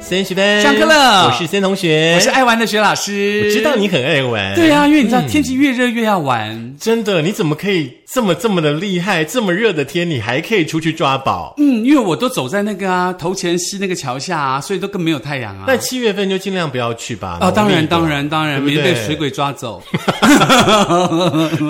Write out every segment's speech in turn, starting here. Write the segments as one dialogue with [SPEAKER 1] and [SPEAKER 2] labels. [SPEAKER 1] 森学分
[SPEAKER 2] 上课了
[SPEAKER 1] 我是森同学，
[SPEAKER 2] 我是爱玩的薛老师。
[SPEAKER 1] 哎我知道你很哎嗯爱玩，
[SPEAKER 2] 对啊，因为你知道天气越热越要玩。
[SPEAKER 1] 真的，你怎么可以这么这么的厉害？这么热的天，你还可以出去抓宝？
[SPEAKER 2] 嗯，因为我都走在那个啊头前溪那个桥下啊，所以都更没有太阳啊。
[SPEAKER 1] 那七月份就尽量不要去吧。
[SPEAKER 2] 哦，当
[SPEAKER 1] 农历
[SPEAKER 2] 然
[SPEAKER 1] 的
[SPEAKER 2] 当，然当然，
[SPEAKER 1] 对不
[SPEAKER 2] 免
[SPEAKER 1] 对
[SPEAKER 2] 被水鬼 抓走。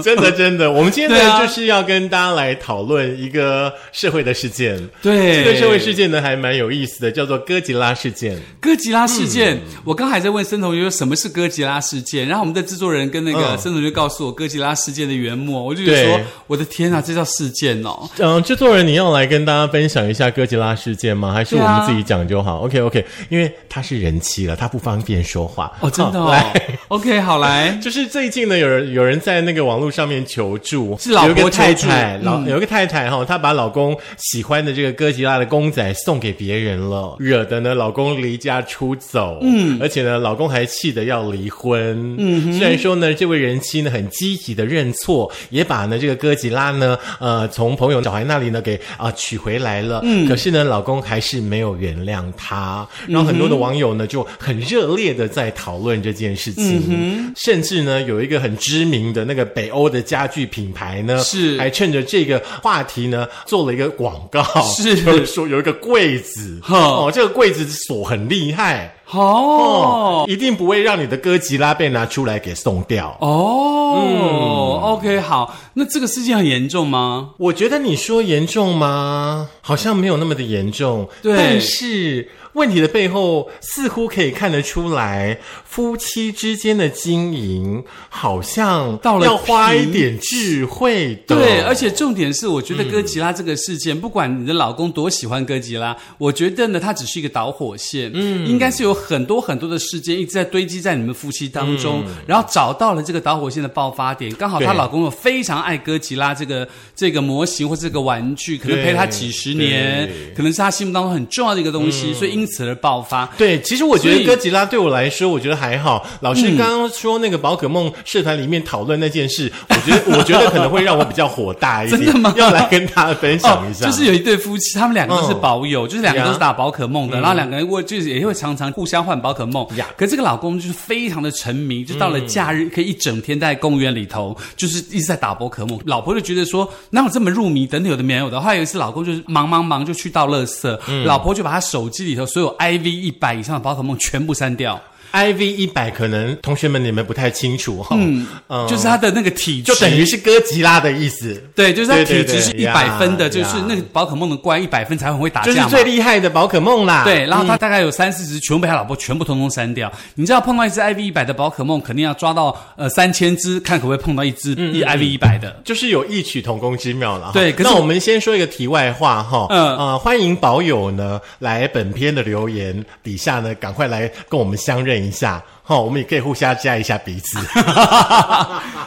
[SPEAKER 1] 真的真的，我们今天
[SPEAKER 2] 对
[SPEAKER 1] 呢
[SPEAKER 2] 啊
[SPEAKER 1] 就是要跟大家来讨论一个社会的事件。
[SPEAKER 2] 对，
[SPEAKER 1] 这个社会事件呢还蛮有意思的，叫做哥吉拉事件。
[SPEAKER 2] 哥吉拉事
[SPEAKER 1] 嗯
[SPEAKER 2] 件，我刚还在问森同学说什么是哥吉拉事件，然后我们的制作人跟那个
[SPEAKER 1] 嗯
[SPEAKER 2] 森同学告诉我哥吉拉事件的原貌，我就觉得
[SPEAKER 1] 对
[SPEAKER 2] 说，我的天啊，这叫事件哦。
[SPEAKER 1] 嗯，制作人，你要来跟大家分享一下哥吉拉事件吗？还是我
[SPEAKER 2] 对啊
[SPEAKER 1] 们自己讲就好、o k OK，因为他是人妻了，他不方便说话。
[SPEAKER 2] 哦，真的
[SPEAKER 1] 好
[SPEAKER 2] 哦
[SPEAKER 1] 来。
[SPEAKER 2] OK，好来，
[SPEAKER 1] 就是最近呢，有人有人在那个网络上面求助，
[SPEAKER 2] 是老婆
[SPEAKER 1] 有一个太
[SPEAKER 2] 求助
[SPEAKER 1] 太，老、
[SPEAKER 2] 嗯
[SPEAKER 1] 有一个太太哈、她把老公喜欢的这个哥吉拉的公仔送给别人了，惹得呢老公离家出走，嗯，而且呢老公还气得要离婚，嗯，虽然说呢这位人妻呢很积极的认错，也把呢这个哥吉拉呢呃从朋友小孩那里呢给啊、取回来了，嗯，可是呢老公还是没有原谅她，然后很多的网友呢就很热烈的在讨论这件事情，甚至呢，有一个很知名的那个北欧的家具品牌呢，
[SPEAKER 2] 是
[SPEAKER 1] 还趁着这个话题呢，做了一个广告，
[SPEAKER 2] 是
[SPEAKER 1] 就是说有一个柜子，
[SPEAKER 2] 哼
[SPEAKER 1] 哦，这个柜子锁很厉害。
[SPEAKER 2] 哦
[SPEAKER 1] 哦，一定不会让你的哥吉拉被拿出来给送掉。
[SPEAKER 2] 哦，OK，好，那这个事件很严重吗？
[SPEAKER 1] 我觉得你说严重吗？好像没有那么的严重，
[SPEAKER 2] 对
[SPEAKER 1] 但是问题的背后似乎可以看得出来，夫妻之间的经营好像
[SPEAKER 2] 到了
[SPEAKER 1] 要花一
[SPEAKER 2] 瓶
[SPEAKER 1] 点智慧的。
[SPEAKER 2] 对，而且重点是，我觉得哥吉拉这个事件，不管你的老公多喜欢哥吉拉，我觉得呢，它只是一个导火线，嗯，应该是有很多很多的事件一直在堆积在你们夫妻当中，然后找到了这个导火线的爆发点，刚好她
[SPEAKER 1] 对
[SPEAKER 2] 老公又非常爱哥吉拉这个这个模型或这个玩具，可能陪她几十年
[SPEAKER 1] 对，
[SPEAKER 2] 可能是她心目当中很重要的一个东西，所以因此而爆发。
[SPEAKER 1] 对，其实我觉
[SPEAKER 2] 所
[SPEAKER 1] 得
[SPEAKER 2] 以
[SPEAKER 1] 哥吉拉对我来说，我觉得还好。老师刚刚说那个宝可梦社团里面讨论那件事，我觉得我觉得可能会让我比较火大一点，
[SPEAKER 2] 真的吗
[SPEAKER 1] 要来跟大家分享一下。
[SPEAKER 2] 哦就是有一对夫妻，他们两个都是保友，就是两个都
[SPEAKER 1] 呀
[SPEAKER 2] 是打宝可梦的，然后两个人会就是也会常常互相换宝可梦。
[SPEAKER 1] 呀
[SPEAKER 2] 可这个老公就是非常的沉
[SPEAKER 1] Mm
[SPEAKER 2] 迷，就到了假日可以一整天待在公园里头，就是一直在打宝可梦。老婆就觉得说哪有这么入迷，等等有的没有的。后来有一次老公就是忙忙忙就去到垃圾，
[SPEAKER 1] Mm
[SPEAKER 2] 老婆就把他手机里头所有 IV 一百以上的宝可梦全部删掉，
[SPEAKER 1] IV 一百，可能同学们你们不太清楚哈，嗯，
[SPEAKER 2] 就是他的那个体
[SPEAKER 1] 就
[SPEAKER 2] 质
[SPEAKER 1] 等于是哥吉拉的意思。
[SPEAKER 2] 对，就是他
[SPEAKER 1] 对对
[SPEAKER 2] 体质是
[SPEAKER 1] 对
[SPEAKER 2] 一百分的，
[SPEAKER 1] 呀
[SPEAKER 2] 就是那个宝可梦的怪一百分才很会打
[SPEAKER 1] 就
[SPEAKER 2] 架
[SPEAKER 1] 是
[SPEAKER 2] 嘛。
[SPEAKER 1] 最厉害的宝可梦啦，
[SPEAKER 2] 对，然后他大概有三四只，全部被他老婆全部通通删掉。你知道碰到一只 IV 一百的宝可梦，肯定要抓到呃三千只，看可不可以碰到一只一 IV 一百的。
[SPEAKER 1] 就是有异曲同工之妙了哈。
[SPEAKER 2] 对可是
[SPEAKER 1] 那
[SPEAKER 2] 我
[SPEAKER 1] 我们先说一个题外话哈。
[SPEAKER 2] 嗯
[SPEAKER 1] 呃，欢迎宝友呢来本篇的留言底下呢，赶快来跟我们相认一下哈、我们也可以互相加一下彼 此。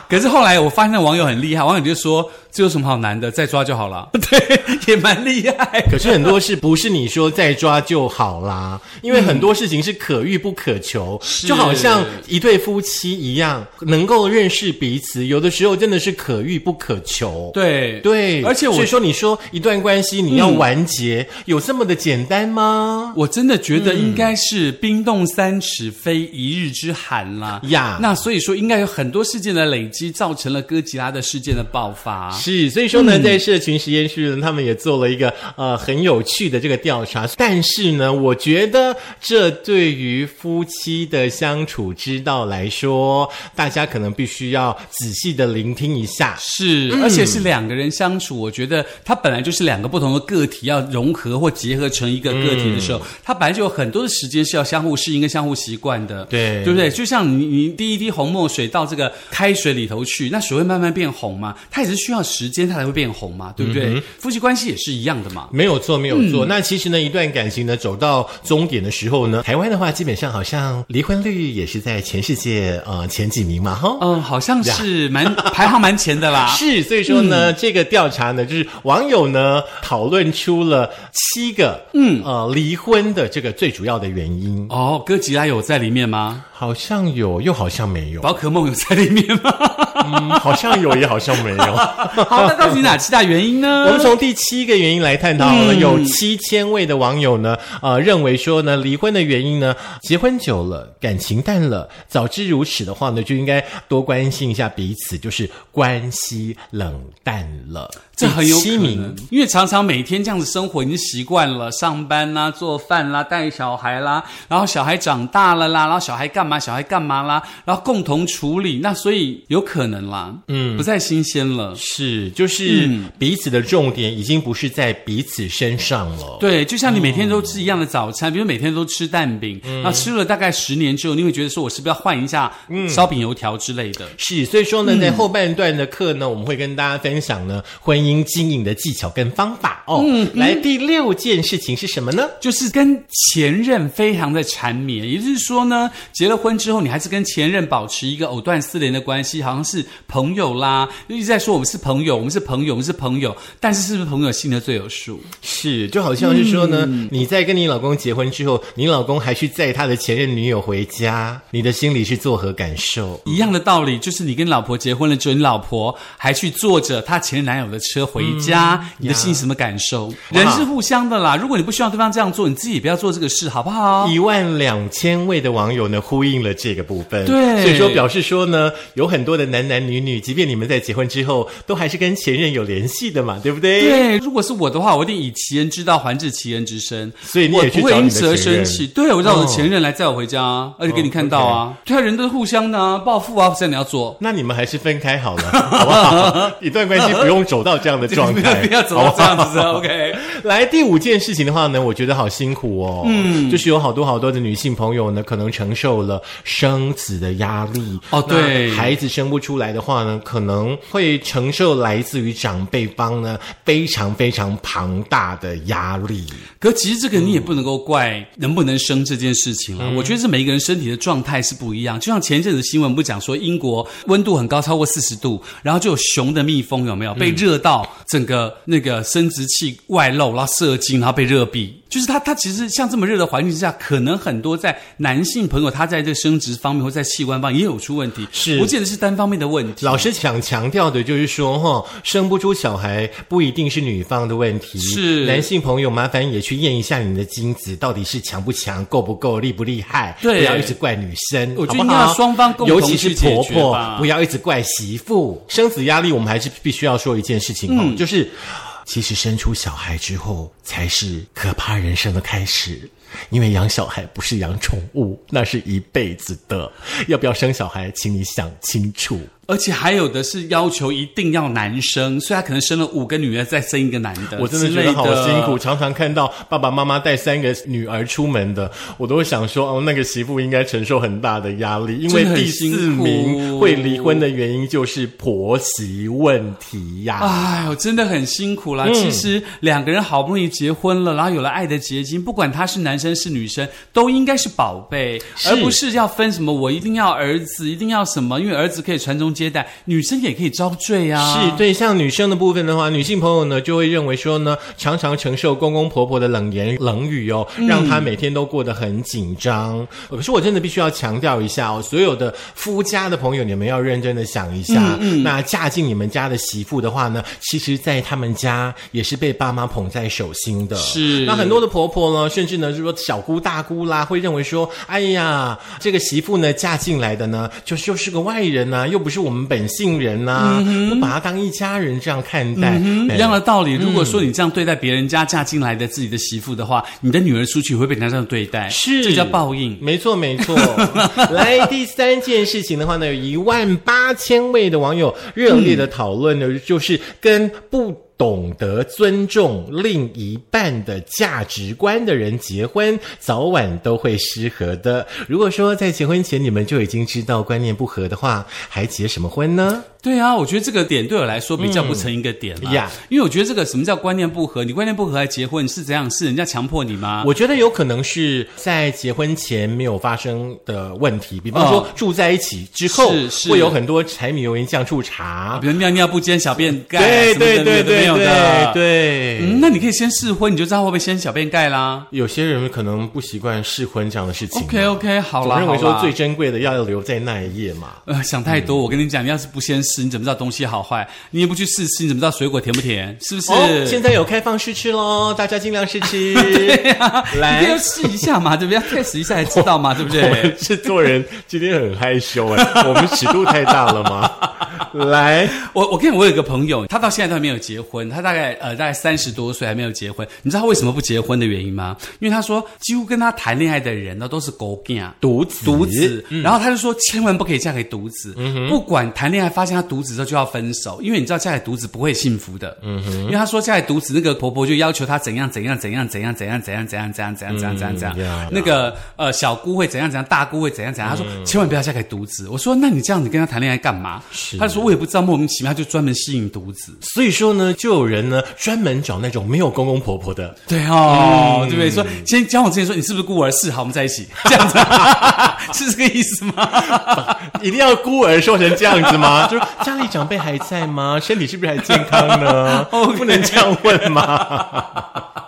[SPEAKER 2] 可是后来我发现那网友很厉害，网友就说这有什么好难的，再抓就好了。 对，也蛮厉害。
[SPEAKER 1] 可是很多事不是你说再抓就好啦，因为很多事情是可遇不可求，
[SPEAKER 2] 嗯
[SPEAKER 1] 就好像一对夫妻一样，能够认识彼此，有的时候真的是可遇不可求。
[SPEAKER 2] 对
[SPEAKER 1] 对，
[SPEAKER 2] 而且我嗯
[SPEAKER 1] 所以说，你说一段关系你要完结，有这么的简单吗？
[SPEAKER 2] 我真的觉得应该是冰冻三尺，非一日之寒啦。
[SPEAKER 1] 呀
[SPEAKER 2] 那所以说，应该有很多事件的累积，造成了哥吉拉的事件的爆发。
[SPEAKER 1] 是，所以说呢，在社群实验室呢，他们也做了一个呃很有趣的这个调查。但是呢，我觉得这对于夫妻的相处之道来说，大家可能必须要仔细的聆听一下。
[SPEAKER 2] 是，而且是两个人相处，我觉得它本来就是两个不同的个体要融合或结合成一个个体的时候，它本来就有很多的时间是要相互适应跟相互习惯的，
[SPEAKER 1] 对
[SPEAKER 2] 对不对？就像你你滴一滴红墨水到这个开水里头去，那水会慢慢变红嘛，它也是需要时间它才会变红嘛，对不对？夫妻关系也是一样的嘛。
[SPEAKER 1] 没有错，没有错。那其实呢，一段感情呢走到终点的时候呢，台湾的话，基本上好像离婚率也是在全世界呃前几名嘛，哈。
[SPEAKER 2] 嗯，好像是 蛮排行蛮前的啦。
[SPEAKER 1] 是，所以说
[SPEAKER 2] 嗯
[SPEAKER 1] 呢，这个调查呢，就是网友呢讨论出了七个，嗯，呃，离婚的这个最主要的原因，
[SPEAKER 2] 哦哦，哥吉拉有在里面吗？
[SPEAKER 1] 好像有，又好像没有。
[SPEAKER 2] 哦 宝可梦有在里面吗？
[SPEAKER 1] 嗯，好像有，也好像没 有。
[SPEAKER 2] 好，那到底哪七大原因呢？
[SPEAKER 1] 我们从第七个原因来探讨好
[SPEAKER 2] 嗯
[SPEAKER 1] 了，有七千位的网友呢，呃，认为说呢，离婚的原因呢，结婚久了，感情淡了，早知如此的话呢，就应该多关心一下彼此，就是关系冷淡了。
[SPEAKER 2] 这很有
[SPEAKER 1] 第
[SPEAKER 2] 可
[SPEAKER 1] 七名
[SPEAKER 2] 能，因为常常每天这样子生活已经习惯了，上班啦、做饭啦、带小孩啦，然后小孩长大了啦，然后小孩干嘛，小孩干嘛啦，然后共同处理，那所以有可能啦，嗯，不再新鲜了。
[SPEAKER 1] 是，就是彼此的重点已经不是在彼此身上了。
[SPEAKER 2] 对，就像你每天都吃一样的早餐，比如每天都吃蛋饼，那、吃了大概十年之后，你会觉得说，我是不是要换一下烧饼油条之类的？
[SPEAKER 1] 是，所以说呢，在后半段的课呢，我们会跟大家分享呢婚姻经营的技巧跟方法哦。来，第六件事情是什么呢？
[SPEAKER 2] 就是跟前任非常的缠绵，也就是说呢，结了婚之后，你还是跟前任保持一个藕断丝连的关系，好像是朋友啦，就一直在说我们是朋友，我们是朋友，我们是朋友，但是是不是朋友心里最有数？
[SPEAKER 1] 是，就好像是说呢，你在跟你老公结婚之后，你老公还去载他的前任女友回家，你的心里是作何感受？
[SPEAKER 2] 一样的道理，就是你跟老婆结婚了之后，你老婆还去坐着她前男友的车回家，你的心里什么感受？
[SPEAKER 1] 哇
[SPEAKER 2] 人是互相的啦，如果你不希望对方这样做，你自己也不要做这个事，好不好？
[SPEAKER 1] 一万两千位的网友呢，呼应了这个部分。
[SPEAKER 2] 对
[SPEAKER 1] 所以说表示说呢，有很多的男男女女，即便你们在结婚之后，都还是跟前任有联系的嘛，对不对？
[SPEAKER 2] 对，如果是我的话，我一定以其人之道还治其人之身，
[SPEAKER 1] 所以你
[SPEAKER 2] 我
[SPEAKER 1] 也去
[SPEAKER 2] 不会
[SPEAKER 1] 找你
[SPEAKER 2] 因
[SPEAKER 1] 的
[SPEAKER 2] 此而
[SPEAKER 1] 前任哦
[SPEAKER 2] 生气。对，我让我的前任来载我回家啊，而且给你看到啊，对啊，人都是互相的啊，报复啊，这样你要做。
[SPEAKER 1] 那你们还是分开好了，好不 好？一段关系不用走到这样的状态，哦
[SPEAKER 2] 不要走
[SPEAKER 1] 好
[SPEAKER 2] 到
[SPEAKER 1] 不
[SPEAKER 2] 这
[SPEAKER 1] 好
[SPEAKER 2] 样子啊，OK。
[SPEAKER 1] 来第五件事情的话呢，我觉得好辛苦哦。嗯，就是有好多好多的女性朋友呢，可能承受了生子的压力。
[SPEAKER 2] 哦
[SPEAKER 1] 那
[SPEAKER 2] 对
[SPEAKER 1] 孩子生不出来的话呢，可能会承受来自于长辈方呢非常非常庞大的压力。
[SPEAKER 2] 可其实这个你也不能够
[SPEAKER 1] 嗯
[SPEAKER 2] 怪能不能生这件事情了。啊我觉得是每一个人身体的状态是不一样。就像前一阵子新闻不讲说，英国温度很高，超过四十度，然后就有熊的蜜蜂有没有
[SPEAKER 1] 嗯
[SPEAKER 2] 被热到整个那个生殖器外露，然后射精，然后被热毙。就是它，它其实像这么热的环境之下，可能很多在男性朋友他在这个生殖方面或在器官方面也有出问题。
[SPEAKER 1] 是
[SPEAKER 2] 不见得是单方面的问题。
[SPEAKER 1] 老师想强调的就是说，哈、生不出小孩不一定是女方的问题，
[SPEAKER 2] 是
[SPEAKER 1] 男性朋友麻烦也去验一下你的精子到底是强不强、够不够、厉不厉害，
[SPEAKER 2] 对
[SPEAKER 1] 不要一直怪女生，
[SPEAKER 2] 我觉得
[SPEAKER 1] 好不
[SPEAKER 2] 应该
[SPEAKER 1] 好
[SPEAKER 2] 要双方共同
[SPEAKER 1] 尤其是
[SPEAKER 2] 去解
[SPEAKER 1] 婆
[SPEAKER 2] 决
[SPEAKER 1] 婆
[SPEAKER 2] 吧，
[SPEAKER 1] 不要一直怪媳妇。生子压力，我们还是必须要说一件事情哈、
[SPEAKER 2] 嗯
[SPEAKER 1] 就是。其实生出小孩之后，才是可怕人生的开始。因为养小孩不是养宠物，那是一辈子的。要不要生小孩，请你想清楚。
[SPEAKER 2] 而且还有的是要求一定要男生，所以他可能生了五个女儿，再生一个男的，
[SPEAKER 1] 我真的觉得好
[SPEAKER 2] 之类的
[SPEAKER 1] 辛苦，。常常看到爸爸妈妈带三个女儿出门的，我都会想说，哦，那个媳妇应该承受很大的压力，因为
[SPEAKER 2] 真的很
[SPEAKER 1] 第四
[SPEAKER 2] 辛苦
[SPEAKER 1] 名会离婚的原因就是婆媳问题呀、
[SPEAKER 2] 哎呦，真的很辛苦
[SPEAKER 1] 嗯
[SPEAKER 2] 啦！其实两个人好不容易结婚了，然后有了爱的结晶，不管他是男生是女生，都应该是宝贝，
[SPEAKER 1] 是
[SPEAKER 2] 而不是要分什么我一定要儿子，一定要什么，因为儿子可以传宗接代，女生也可以遭罪啊。
[SPEAKER 1] 是对，像女生的部分的话，女性朋友呢就会认为说呢，常常承受公公婆婆的冷言冷语哦，让她每天都过得很紧张。可是我真的必须要强调一下哦，所有的夫家的朋友，你们要认真的想一下，那嫁进你们家的媳妇的话呢，其实，在他们家也是被爸妈捧在手心的。
[SPEAKER 2] 是
[SPEAKER 1] 那很多的婆婆呢，甚至呢，就说小姑大姑啦，会认为说，哎呀，这个媳妇呢嫁进来的呢，就是就是个外人呐、又不是我们本姓人呐、不把她当一家人这样看待。哎
[SPEAKER 2] 嗯一样的道理，如果说你这样对待别人家嫁进来的自己的媳妇的话，你的女儿出去也会被人家这样对待，
[SPEAKER 1] 是
[SPEAKER 2] 这叫报应。
[SPEAKER 1] 嗯没错没 错。来第三件事情的话呢，有一万八千位的网友热烈的讨论呢，就是跟不。懂得尊重另一半的价值观的人结婚，早晚都会失和的。如果说在结婚前你们就已经知道观念不合的话，还结什么婚呢？
[SPEAKER 2] 对啊，我觉得这个点对我来说比较不成一个点啦。
[SPEAKER 1] 嗯呀
[SPEAKER 2] 因为我觉得这个什么叫观念不合？你观念不合还结婚是怎样？是人家强迫你吗？
[SPEAKER 1] 我觉得有可能是在结婚前没有发生的问题，比方说
[SPEAKER 2] 嗯
[SPEAKER 1] 住在一起之后，
[SPEAKER 2] 是是
[SPEAKER 1] 会有很多柴米油盐酱醋茶。
[SPEAKER 2] 啊比如尿尿不沾小便盖啊，
[SPEAKER 1] 对
[SPEAKER 2] 什么
[SPEAKER 1] 对
[SPEAKER 2] 的没
[SPEAKER 1] 对对
[SPEAKER 2] 有的没有
[SPEAKER 1] 对
[SPEAKER 2] 的。
[SPEAKER 1] 对，
[SPEAKER 2] 嗯，那你可以先试婚，你就知道会不会先小便盖啦。
[SPEAKER 1] 有些人可能不习惯试婚这样的事情。
[SPEAKER 2] OK OK，好
[SPEAKER 1] 我
[SPEAKER 2] 啦，
[SPEAKER 1] 认为
[SPEAKER 2] 好
[SPEAKER 1] 说
[SPEAKER 2] 啦
[SPEAKER 1] 最珍贵的要留在那一夜嘛。
[SPEAKER 2] 呃，想太多。我跟你讲，你要是不先试，你怎么知道东西好坏？你也不去试吃，你怎么知道水果甜不甜？是不是？
[SPEAKER 1] 哦，现在有开放试吃喽，大家尽量试 吃。
[SPEAKER 2] 啊你一定要
[SPEAKER 1] 来，
[SPEAKER 2] 哎试一下嘛，对不对？要 test 一下才知道嘛，对不
[SPEAKER 1] 我
[SPEAKER 2] 对
[SPEAKER 1] 们？制作人今天很害羞哎、 我们尺度太大了吗？来，
[SPEAKER 2] 我我跟你我有一个朋友，他到现在都还没有结婚，他大概呃大概三十多岁还没有结婚。你知道他为什么不结婚的原因吗？因为他说几乎跟他谈恋爱的人呢都是狗干。
[SPEAKER 1] 独子，
[SPEAKER 2] 独子，然后他就说千万不可以嫁给独子，不管谈恋爱发现他独子之后就要分手，因为你知道嫁给独子不会幸福的，因为他说嫁给独子那个婆婆就要求他怎样怎样怎样怎样怎样怎样怎样怎样怎样怎样怎样怎
[SPEAKER 1] 呀
[SPEAKER 2] 样，那个呃小姑会怎样怎样，大姑会怎样怎样，他说千万不要嫁给独子。我说那你这样子跟他谈恋爱干嘛？他就说我也不知道，莫名其妙就专门吸引独子。
[SPEAKER 1] 所以说呢，就有人呢专门找那种没有公公婆婆的，
[SPEAKER 2] 对 哦，对不对？说先交往之前说你是不是孤儿？是，好，我们在一起，这样子 是这个意思吗？
[SPEAKER 1] 一定要孤儿瘦成这样子 吗？就是家里长辈还在吗？身体是不是还健康呢？ 不能这样问吗？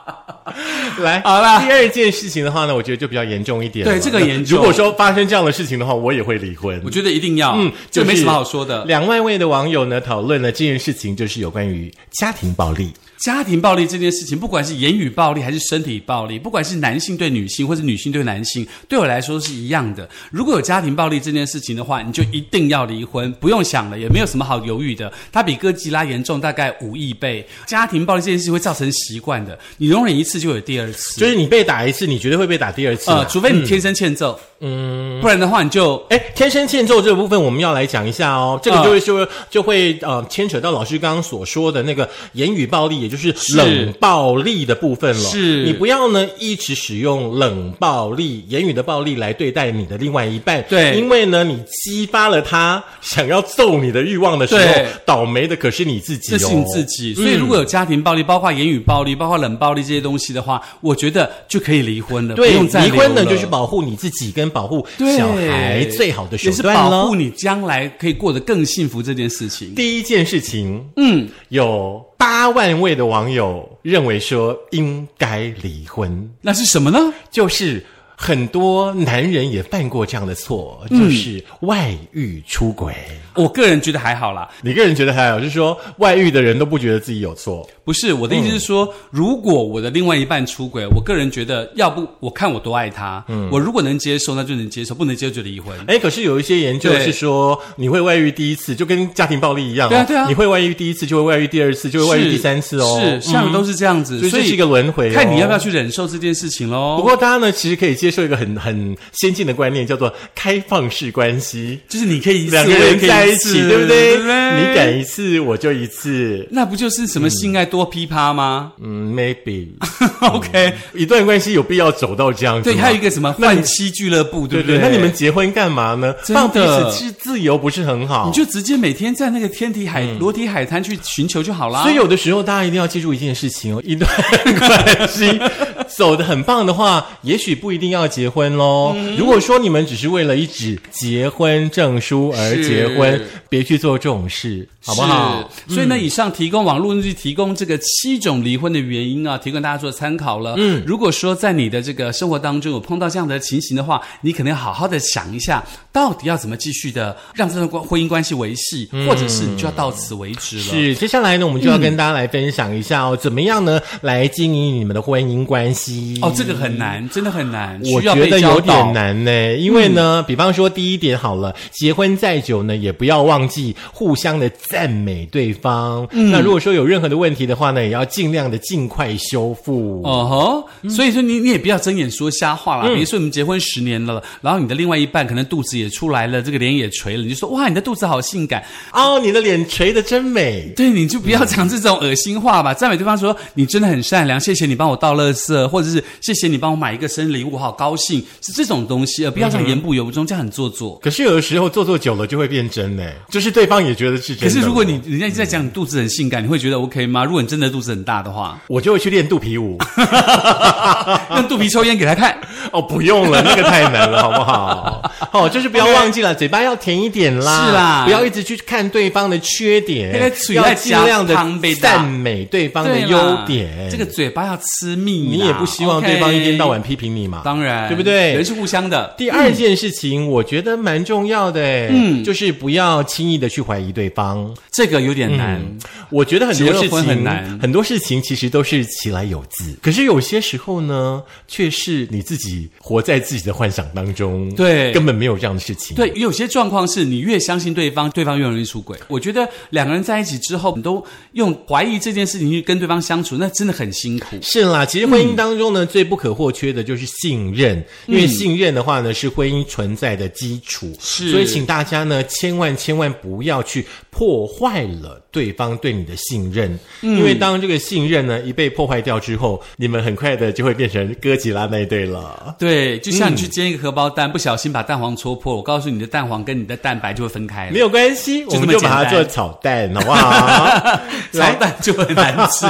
[SPEAKER 1] 来，
[SPEAKER 2] 好啦
[SPEAKER 1] 第二件事情的话呢，我觉得就比较严重一点了。
[SPEAKER 2] 对这个严重
[SPEAKER 1] 如果说发生这样的事情的话，我也会离婚
[SPEAKER 2] 我。觉得一定要，嗯，就没什么好说的。
[SPEAKER 1] 两万位的网友呢讨论了这件事情，就是有关于家庭暴力。
[SPEAKER 2] 家庭暴力这件事情，不管是言语暴力还是身体暴力，不管是男性对女性或是女性对男性，对我来说是一样的。如果有家庭暴力这件事情的话，你就一定要离婚，不用想了，也没有什么好犹豫的。它比哥吉拉严重大概五亿倍。家庭暴力这件事情会造成习惯的，你容忍一次就有第二次，
[SPEAKER 1] 就是你被打一次，你绝对会被打第二次啦。
[SPEAKER 2] 呃，除非你天生欠揍，嗯，不然的话你就
[SPEAKER 1] 哎，天生欠揍这部分我们要来讲一下哦，这个
[SPEAKER 2] 啊
[SPEAKER 1] 就是说、就会呃牵扯到老师刚刚所说的那个言语暴力，也就是冷暴力的部分了。
[SPEAKER 2] 是
[SPEAKER 1] 你不要呢一直使用冷暴力、言语的暴力来对待你的另外一半，
[SPEAKER 2] 对
[SPEAKER 1] 因为呢你激发了他想要揍你的欲望的时候
[SPEAKER 2] 对，
[SPEAKER 1] 倒霉的可是你自己、哦，
[SPEAKER 2] 这是你自己。所以如果有家庭暴力，包括言语暴力，包括冷暴力这些东西的话，我觉得就可以离婚了，
[SPEAKER 1] 对
[SPEAKER 2] 不用再
[SPEAKER 1] 离婚
[SPEAKER 2] 留
[SPEAKER 1] 呢，
[SPEAKER 2] 了
[SPEAKER 1] 就是保护你自己跟保护
[SPEAKER 2] 对
[SPEAKER 1] 小孩最好的手
[SPEAKER 2] 也是
[SPEAKER 1] 段
[SPEAKER 2] 保
[SPEAKER 1] 喽
[SPEAKER 2] 护。你将来可以过得更幸福这件事情。
[SPEAKER 1] 第一件事情，
[SPEAKER 2] 嗯，
[SPEAKER 1] 有八万位的网友认为说应该离婚，
[SPEAKER 2] 那是什么呢？
[SPEAKER 1] 就是很多男人也犯过这样的错，
[SPEAKER 2] 嗯
[SPEAKER 1] 就是外遇出轨。
[SPEAKER 2] 我个人觉得还好啦，
[SPEAKER 1] 你个人觉得还好，就是说外遇的人都不觉得自己有错，
[SPEAKER 2] 不是我的意思是说，如果我的另外一半出轨，我个人觉得，要不我看我多爱他，
[SPEAKER 1] 嗯
[SPEAKER 2] 我如果能接受，那就能接受；不能接受就离婚。
[SPEAKER 1] 哎，可是有一些研究
[SPEAKER 2] 对
[SPEAKER 1] 是说，你会外遇第一次就跟家庭暴力一样、哦，
[SPEAKER 2] 对啊对啊
[SPEAKER 1] 你会外遇第一次就会外遇第二次，就会外遇
[SPEAKER 2] 是
[SPEAKER 1] 第三次哦，
[SPEAKER 2] 是，像
[SPEAKER 1] 嗯
[SPEAKER 2] 都是这样子，
[SPEAKER 1] 所以这是一个轮回哦
[SPEAKER 2] 看你要不要去忍受这件事情喽。
[SPEAKER 1] 不过大家呢，其实可以接受一个很很先进的观念，叫做开放式关系。
[SPEAKER 2] 就是你可以一次
[SPEAKER 1] 两个
[SPEAKER 2] 我也
[SPEAKER 1] 人
[SPEAKER 2] 可以
[SPEAKER 1] 在一
[SPEAKER 2] 次
[SPEAKER 1] 起，对不对？
[SPEAKER 2] 对不对？
[SPEAKER 1] 你敢一次，我就一次。
[SPEAKER 2] 那不就是什么性爱多噼啪吗
[SPEAKER 1] 嗯，maybe
[SPEAKER 2] ？OK，
[SPEAKER 1] 一段关系有必要走到这样子
[SPEAKER 2] 对，
[SPEAKER 1] 嗯吗？
[SPEAKER 2] 还有一个什么换妻俱乐部，
[SPEAKER 1] 对
[SPEAKER 2] 对不
[SPEAKER 1] 对，那
[SPEAKER 2] 对？
[SPEAKER 1] 你们结婚干嘛呢？
[SPEAKER 2] 真
[SPEAKER 1] 放彼
[SPEAKER 2] 的
[SPEAKER 1] 此自自由不是很好
[SPEAKER 2] 你？就直接每天在那个天体海、裸体海滩去寻求就好
[SPEAKER 1] 嗯
[SPEAKER 2] 啦。
[SPEAKER 1] 所以有的时候大家一定要记住一件事 情哦，一段关系走得很棒的话，也许不一定要结婚喽。
[SPEAKER 2] 嗯
[SPEAKER 1] 如果说你们只是为了一纸结婚证书而结婚
[SPEAKER 2] 是，
[SPEAKER 1] 别去做这种事，好不好？嗯
[SPEAKER 2] 是？所以呢，以上提供网络日提供这个七种离婚的原因啊，提供大家做参考了。嗯，如果说在你的这个生活当中有碰到这样的情形的话，你可能要好好的想一下，到底要怎么继续的让这段关婚姻关系维系，
[SPEAKER 1] 嗯
[SPEAKER 2] 或者是你就要到此为止了。
[SPEAKER 1] 是，接下来呢，我们就要跟大家来分享一下哦，怎么样呢，来经营你们的婚姻关系。
[SPEAKER 2] 哦，这个很难，真的很难，
[SPEAKER 1] 嗯我
[SPEAKER 2] 需要
[SPEAKER 1] 觉
[SPEAKER 2] 被
[SPEAKER 1] 得有
[SPEAKER 2] 教导
[SPEAKER 1] 点
[SPEAKER 2] 嗯
[SPEAKER 1] 难呢，因为呢，比方说第一点好了，结婚再久呢，也不要忘记互相的赞美对方。
[SPEAKER 2] 嗯
[SPEAKER 1] 那如果说有任何的问题的话呢，也要尽量的尽快修复。
[SPEAKER 2] 哦
[SPEAKER 1] 嗯
[SPEAKER 2] 吼，所以说你你也不要睁眼说瞎话啦。比如说你们结婚十年了，然后你的另外一半可能肚子也出来了，这个脸也垂了，你就说哇，你的肚子好性感。
[SPEAKER 1] 哦，你的脸垂的真美。嗯
[SPEAKER 2] 对，你就不要讲这种恶心话吧，赞美对方说你真的很善良，谢谢你帮我倒垃圾，或或者是谢谢你帮我买一个生日礼物，我好高兴，是这种东西，而呃不要像言不由衷，这样很做作。
[SPEAKER 1] 可是有的时候做做久了就会变真呢，就是对方也觉得是真的
[SPEAKER 2] 可
[SPEAKER 1] 了。
[SPEAKER 2] 是如果你人家一直在讲你肚子很性感，你会觉得 OK 吗？如果你真的肚子很大的 话，
[SPEAKER 1] 我就会去练肚皮舞。
[SPEAKER 2] 用肚皮抽烟给他看。
[SPEAKER 1] 哦，不用了，那个太难 了，好不好？哦，就是不要忘记了，嘴巴要甜一点啦，
[SPEAKER 2] 是啦
[SPEAKER 1] 不要一直去看对方的缺点
[SPEAKER 2] 那个，嘴
[SPEAKER 1] 要
[SPEAKER 2] 在
[SPEAKER 1] 尽
[SPEAKER 2] 夹
[SPEAKER 1] 量的
[SPEAKER 2] 汤杯大
[SPEAKER 1] 赞美对方的
[SPEAKER 2] 对啦
[SPEAKER 1] 优点。
[SPEAKER 2] 这个嘴巴要吃蜜啦，
[SPEAKER 1] 你也不希望
[SPEAKER 2] OK
[SPEAKER 1] 对方一天到晚批评你嘛，
[SPEAKER 2] 当然
[SPEAKER 1] 对不对
[SPEAKER 2] 人是互相的。
[SPEAKER 1] 第二件事情，我觉得蛮重要的，嗯，就是不要轻易的去怀疑对方。
[SPEAKER 2] 这个有点难，
[SPEAKER 1] 哎我觉得很多
[SPEAKER 2] 嗯结了
[SPEAKER 1] 事
[SPEAKER 2] 婚
[SPEAKER 1] 情
[SPEAKER 2] 很难
[SPEAKER 1] 很多事情其实都是其来有自，可是有些时候呢，却是你自己活在自己的幻想当中，
[SPEAKER 2] 对
[SPEAKER 1] 根本没有这样的事情，
[SPEAKER 2] 对，有些状况是你越相信对方，对方越容易出轨。我觉得两个人在一起之后，你都用怀疑这件事情去跟对方相处，那真的很辛苦。
[SPEAKER 1] 是啦，其实婚
[SPEAKER 2] 嗯
[SPEAKER 1] 姻当中呢，最不可或缺的就是信任，因为信任的话呢，是婚姻存在的基础。
[SPEAKER 2] 是
[SPEAKER 1] 所以请大家呢，千万千万不要去破坏了对方对你的信任，
[SPEAKER 2] 嗯
[SPEAKER 1] 因为当这个信任呢一被破坏掉之后，你们很快的就会变成哥吉拉那一对了。
[SPEAKER 2] 对，就像你去煎一个荷包蛋，不小心把蛋黄戳破，我告诉你你的蛋黄跟你的蛋白就会分开
[SPEAKER 1] 没
[SPEAKER 2] 了。
[SPEAKER 1] 有关系，我
[SPEAKER 2] 这么
[SPEAKER 1] 们就把它
[SPEAKER 2] 简
[SPEAKER 1] 做
[SPEAKER 2] 单
[SPEAKER 1] 炒蛋，好不 好？啊
[SPEAKER 2] 炒蛋就很难 吃、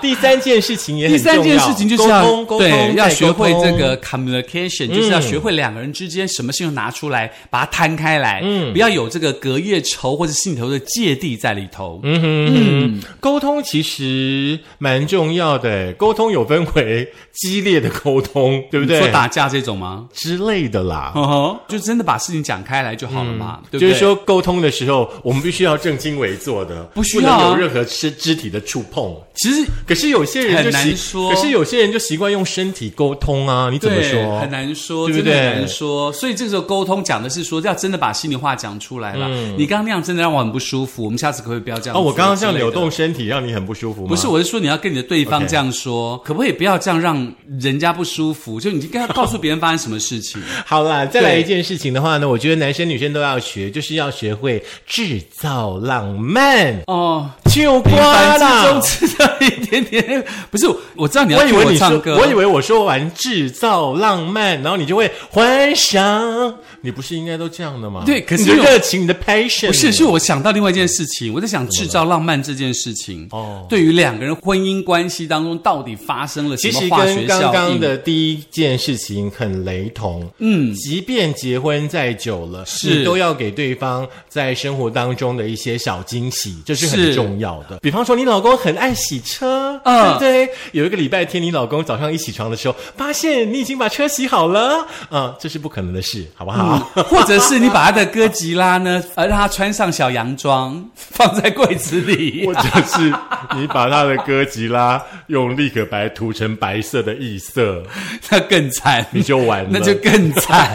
[SPEAKER 1] 第三件事情也
[SPEAKER 2] 第
[SPEAKER 1] 很重要，
[SPEAKER 2] 三件事情就是要
[SPEAKER 1] 沟通，沟
[SPEAKER 2] 对，
[SPEAKER 1] 通，嗯
[SPEAKER 2] 要
[SPEAKER 1] 再
[SPEAKER 2] 学
[SPEAKER 1] 沟
[SPEAKER 2] 会
[SPEAKER 1] 通
[SPEAKER 2] 这个 communication，、就是要学会两个人之间什么事情拿出来，把它摊开来，嗯，不要有这个隔夜仇或者心里头的芥蒂在里头。嗯，
[SPEAKER 1] 嗯，沟通其实蛮重要的。沟通有分为激烈的沟通，对不对
[SPEAKER 2] 说？打架这种吗？
[SPEAKER 1] 之类的啦。
[SPEAKER 2] 哦吼，就真的把事情讲开来就好了嘛，对不
[SPEAKER 1] 嗯
[SPEAKER 2] 对？
[SPEAKER 1] 就是说，沟通的时候，我们必须要正襟危坐的，
[SPEAKER 2] 不需要啊
[SPEAKER 1] 不能有任何肢肢体的触碰。
[SPEAKER 2] 其实
[SPEAKER 1] 可是有些人就
[SPEAKER 2] 很难
[SPEAKER 1] 习
[SPEAKER 2] 说
[SPEAKER 1] 可是有些人就习惯用身体沟通啊。你怎么
[SPEAKER 2] 对
[SPEAKER 1] 说？
[SPEAKER 2] 很难说，
[SPEAKER 1] 对不
[SPEAKER 2] 真的
[SPEAKER 1] 对
[SPEAKER 2] 很难说。所以这时候沟通讲的是说，要真的把心里话讲出来了。你刚刚那样真的让我很不舒服，我们下次可不可以不要这
[SPEAKER 1] 嗯
[SPEAKER 2] 样？
[SPEAKER 1] 哦，我刚刚这样扭
[SPEAKER 2] 动。
[SPEAKER 1] 动身体，让你很不舒服吗？
[SPEAKER 2] 不是，我是说你要跟你的对方
[SPEAKER 1] OK
[SPEAKER 2] 这样说可不可以不要这样让人家不舒服？就你应该告诉别人发生什么事 情。
[SPEAKER 1] 好啦，再来
[SPEAKER 2] 对
[SPEAKER 1] 一件事情的话呢，我觉得男生女生都要学，就是要学会制造浪漫，
[SPEAKER 2] 哦，
[SPEAKER 1] 就
[SPEAKER 2] 平
[SPEAKER 1] 瓜
[SPEAKER 2] 凡之
[SPEAKER 1] 啦
[SPEAKER 2] 中。知道一点点， 不是，我知道你要
[SPEAKER 1] 我以
[SPEAKER 2] 听
[SPEAKER 1] 为你
[SPEAKER 2] 唱
[SPEAKER 1] 说，
[SPEAKER 2] 歌，
[SPEAKER 1] 我以为我说完制造浪漫，然后你就会幻想，你不是应该都这样的吗？
[SPEAKER 2] 对可是
[SPEAKER 1] 你的
[SPEAKER 2] 有
[SPEAKER 1] 热情，你的 passion，
[SPEAKER 2] 不是，是我想到另外一件事情，我在想制造浪漫这件事
[SPEAKER 1] 哦
[SPEAKER 2] 情。哦，对于两个人婚姻关系当中到底发生了什
[SPEAKER 1] 其
[SPEAKER 2] 么
[SPEAKER 1] 实
[SPEAKER 2] 化学
[SPEAKER 1] 跟
[SPEAKER 2] 效应？
[SPEAKER 1] 刚刚的第一件事情很雷同，嗯，即便结婚再久了，
[SPEAKER 2] 是
[SPEAKER 1] 你都要给对方在生活当中的一些小惊喜，这是很
[SPEAKER 2] 是
[SPEAKER 1] 重要的。比方说，你老公很爱洗车，
[SPEAKER 2] 嗯
[SPEAKER 1] 对不对？有一个礼拜天，你老公早上一起床的时候，发现你已经把车洗好了，嗯，这是不可能的事，好不 好？
[SPEAKER 2] 嗯或者是你把他的哥吉拉呢，呃，让他穿上小洋装，放在柜子里
[SPEAKER 1] 或。者是你把他的哥吉拉用立可白涂成白色的异色，
[SPEAKER 2] 那更惨，
[SPEAKER 1] 你就完了
[SPEAKER 2] 那就更惨。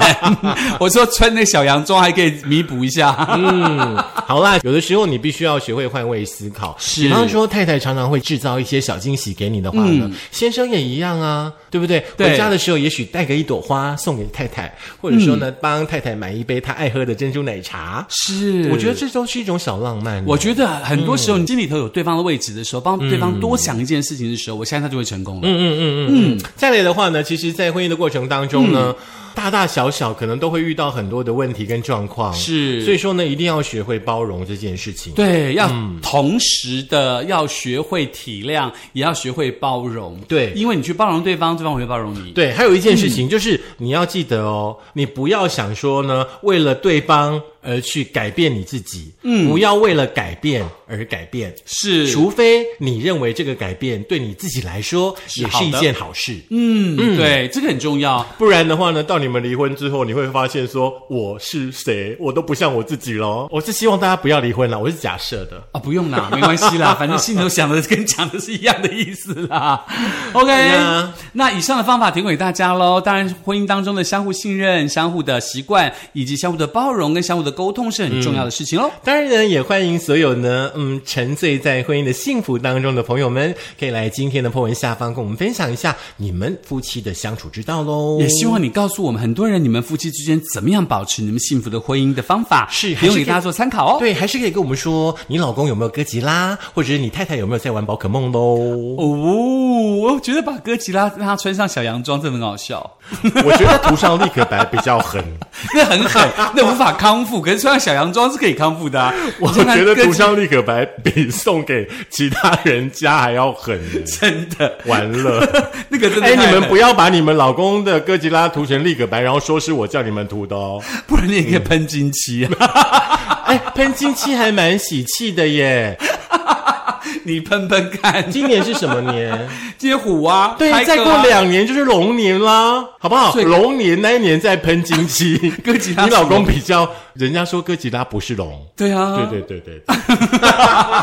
[SPEAKER 2] 我说穿那小洋装还可以弥补一下，
[SPEAKER 1] 嗯好啦，有的时候你必须要学会换位思考。
[SPEAKER 2] 是
[SPEAKER 1] 比方说太太常常会制造一些小惊喜给你的话呢，先生也一样啊，对不对？
[SPEAKER 2] 嗯对
[SPEAKER 1] 回家的时候也许带个一朵花送给太太，或者说呢，
[SPEAKER 2] 嗯
[SPEAKER 1] 帮太太买一杯她爱喝的珍珠奶茶。
[SPEAKER 2] 是
[SPEAKER 1] 我觉得这都是一种小浪漫。
[SPEAKER 2] 我觉得很多时候，你心里头有对方的位置的时候，帮对方多想一件事情的时候，我相信他就会成功了。
[SPEAKER 1] 嗯，再来的话呢，其实，在婚姻的过程当中呢，
[SPEAKER 2] 嗯
[SPEAKER 1] 大大小小可能都会遇到很多的问题跟状况，
[SPEAKER 2] 是
[SPEAKER 1] 所以说呢，一定要学会包容这件事情。
[SPEAKER 2] 对，要
[SPEAKER 1] 嗯
[SPEAKER 2] 同时的要学会体谅，也要学会包容。
[SPEAKER 1] 对
[SPEAKER 2] 因为你去包容对方，对方也会包容你。
[SPEAKER 1] 对，还有一件事
[SPEAKER 2] 嗯
[SPEAKER 1] 情、就是你要记得哦，你不要想说呢，为了对方而去改变你自己，嗯，不要为了改变而改变，
[SPEAKER 2] 是，
[SPEAKER 1] 除非你认为这个改变对你自己来说也是
[SPEAKER 2] 好
[SPEAKER 1] 一
[SPEAKER 2] 的
[SPEAKER 1] 件好事，
[SPEAKER 2] 嗯，对，这个很重要。
[SPEAKER 1] 不然的话呢，到你们离婚之后，你会发现说我是谁，我都不像我自己喽。
[SPEAKER 2] 嗯
[SPEAKER 1] 我是希望大家不要离婚啦，我是假设的。
[SPEAKER 2] 啊，不 用啦，没关系啦，反正心里头想的跟讲的是一样的意思啦。OK，
[SPEAKER 1] 哎呀
[SPEAKER 2] 那以上的方法提供给大家喽。当然，婚姻当中的相互信任、相互的习惯，以及相互的包容跟相互的沟通是很重要的事情哦喽。
[SPEAKER 1] 当然呢，也欢迎所有呢，嗯，沉醉在婚姻的幸福当中的朋友们，可以来今天的破文下方跟我们分享一下你们夫妻的相处之道喽。
[SPEAKER 2] 也希望你告诉我们，很多人你们夫妻之间怎么样保持你们幸福的婚姻的方法，
[SPEAKER 1] 是还
[SPEAKER 2] 提供
[SPEAKER 1] 是
[SPEAKER 2] 给
[SPEAKER 1] 可以
[SPEAKER 2] 大家做参考哦。
[SPEAKER 1] 对，还是可以跟我们说，你老公有没有哥吉拉，或者是你太太有没有在玩宝可梦喽？
[SPEAKER 2] 哦，我觉得把哥吉拉看他穿上小洋装，真的很好笑。
[SPEAKER 1] 我觉得涂上立可白比较狠，
[SPEAKER 2] 那很狠，那无法康复。可是穿上小洋装是可以康复的、啊。
[SPEAKER 1] 我
[SPEAKER 2] 你看
[SPEAKER 1] 觉得
[SPEAKER 2] 歌姬
[SPEAKER 1] 涂上立可白比送给其他人家还要 狠耶。
[SPEAKER 2] 真的，
[SPEAKER 1] 完了，
[SPEAKER 2] 那个真的
[SPEAKER 1] 哎，
[SPEAKER 2] 太
[SPEAKER 1] 你
[SPEAKER 2] 狠
[SPEAKER 1] 们不要把你们老公的哥吉拉涂成立可白，然后说是我叫你们涂的哦。
[SPEAKER 2] 不然你也可以喷金漆啊！
[SPEAKER 1] 哎，喷金漆还蛮喜气的耶。
[SPEAKER 2] 你喷 喷看，
[SPEAKER 1] 今年是什么年？
[SPEAKER 2] 接虎啊！
[SPEAKER 1] 对，
[SPEAKER 2] 拍个啊
[SPEAKER 1] 再过两年就是龙年啦，好不好？
[SPEAKER 2] 所以
[SPEAKER 1] 龙年那一年再喷金漆。
[SPEAKER 2] 哥吉拉
[SPEAKER 1] 你老公比较，人家说哥吉拉不是龙。
[SPEAKER 2] 对啊，
[SPEAKER 1] 对对对对，对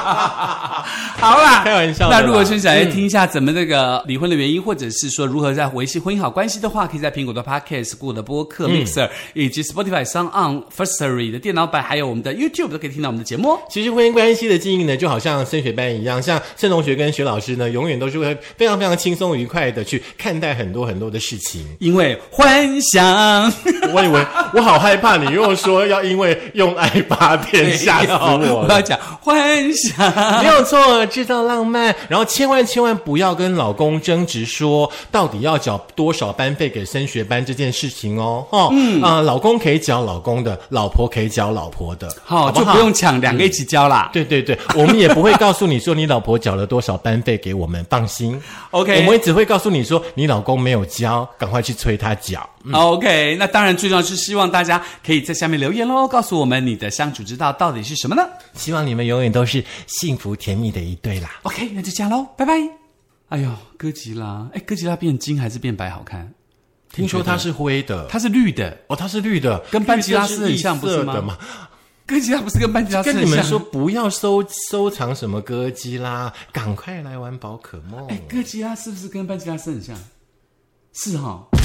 [SPEAKER 2] 好啦，
[SPEAKER 1] 开玩笑的啦
[SPEAKER 2] 那如果说想要听一下怎么那个离婚的原因，或者是说如何在维系婚姻好关系的话，可以在苹果的 Podcast、Google 的播
[SPEAKER 1] 嗯
[SPEAKER 2] 客、Mixer 以及 Spotify 上 On Firstory 的电脑版，还有我们的 YouTube 都可以听到我们的节目哦。。
[SPEAKER 1] 其实婚姻关系的经营呢，就好像升学班一样，像盛同学跟徐老师呢，永远都是会非常非常轻松愉快的去看待很多很多的事情
[SPEAKER 2] 因为幻想
[SPEAKER 1] 我以为我好害怕，你又说要因为用爱发电，吓死我
[SPEAKER 2] 我
[SPEAKER 1] 了
[SPEAKER 2] 要。讲幻想。
[SPEAKER 1] 没有错，制造浪漫，然后千万千万不要跟老公争执说到底要缴多少班费给升学班这件事情哦，哦，嗯，啊、老公可以缴老公的，老婆可以缴老婆的，
[SPEAKER 2] 好，
[SPEAKER 1] 不
[SPEAKER 2] 就
[SPEAKER 1] 好
[SPEAKER 2] 不用抢，两个一起交啦。
[SPEAKER 1] 对对对，我们也不会告诉你说你老婆缴了多少班费给我们，放心。
[SPEAKER 2] OK
[SPEAKER 1] 我们只会告诉你说你老公没有交，赶快去催他缴。
[SPEAKER 2] OK，那当然最重要是希望大家可以在下面留言喽，告诉我们你的相处之道到底是什么呢
[SPEAKER 1] 希望你们永远都是幸福甜蜜的一对啦。
[SPEAKER 2] ？OK，那就这样喽，拜拜。哎呦，哥吉拉，哎，哥吉拉变金还是变白好看？
[SPEAKER 1] 听说它是灰的，
[SPEAKER 2] 它是绿的，
[SPEAKER 1] 哦，它是绿的，
[SPEAKER 2] 跟班吉拉斯很
[SPEAKER 1] 绿色
[SPEAKER 2] 像不是
[SPEAKER 1] 异色
[SPEAKER 2] 吗
[SPEAKER 1] 的嘛？
[SPEAKER 2] 哥吉拉不是跟班吉拉斯
[SPEAKER 1] 跟
[SPEAKER 2] 很
[SPEAKER 1] 你们
[SPEAKER 2] 像
[SPEAKER 1] 说，不要收收藏什么歌姬啦，赶快来玩宝可梦。
[SPEAKER 2] 哎哎，哥吉拉是不是跟班吉拉斯很像？是哈、哦。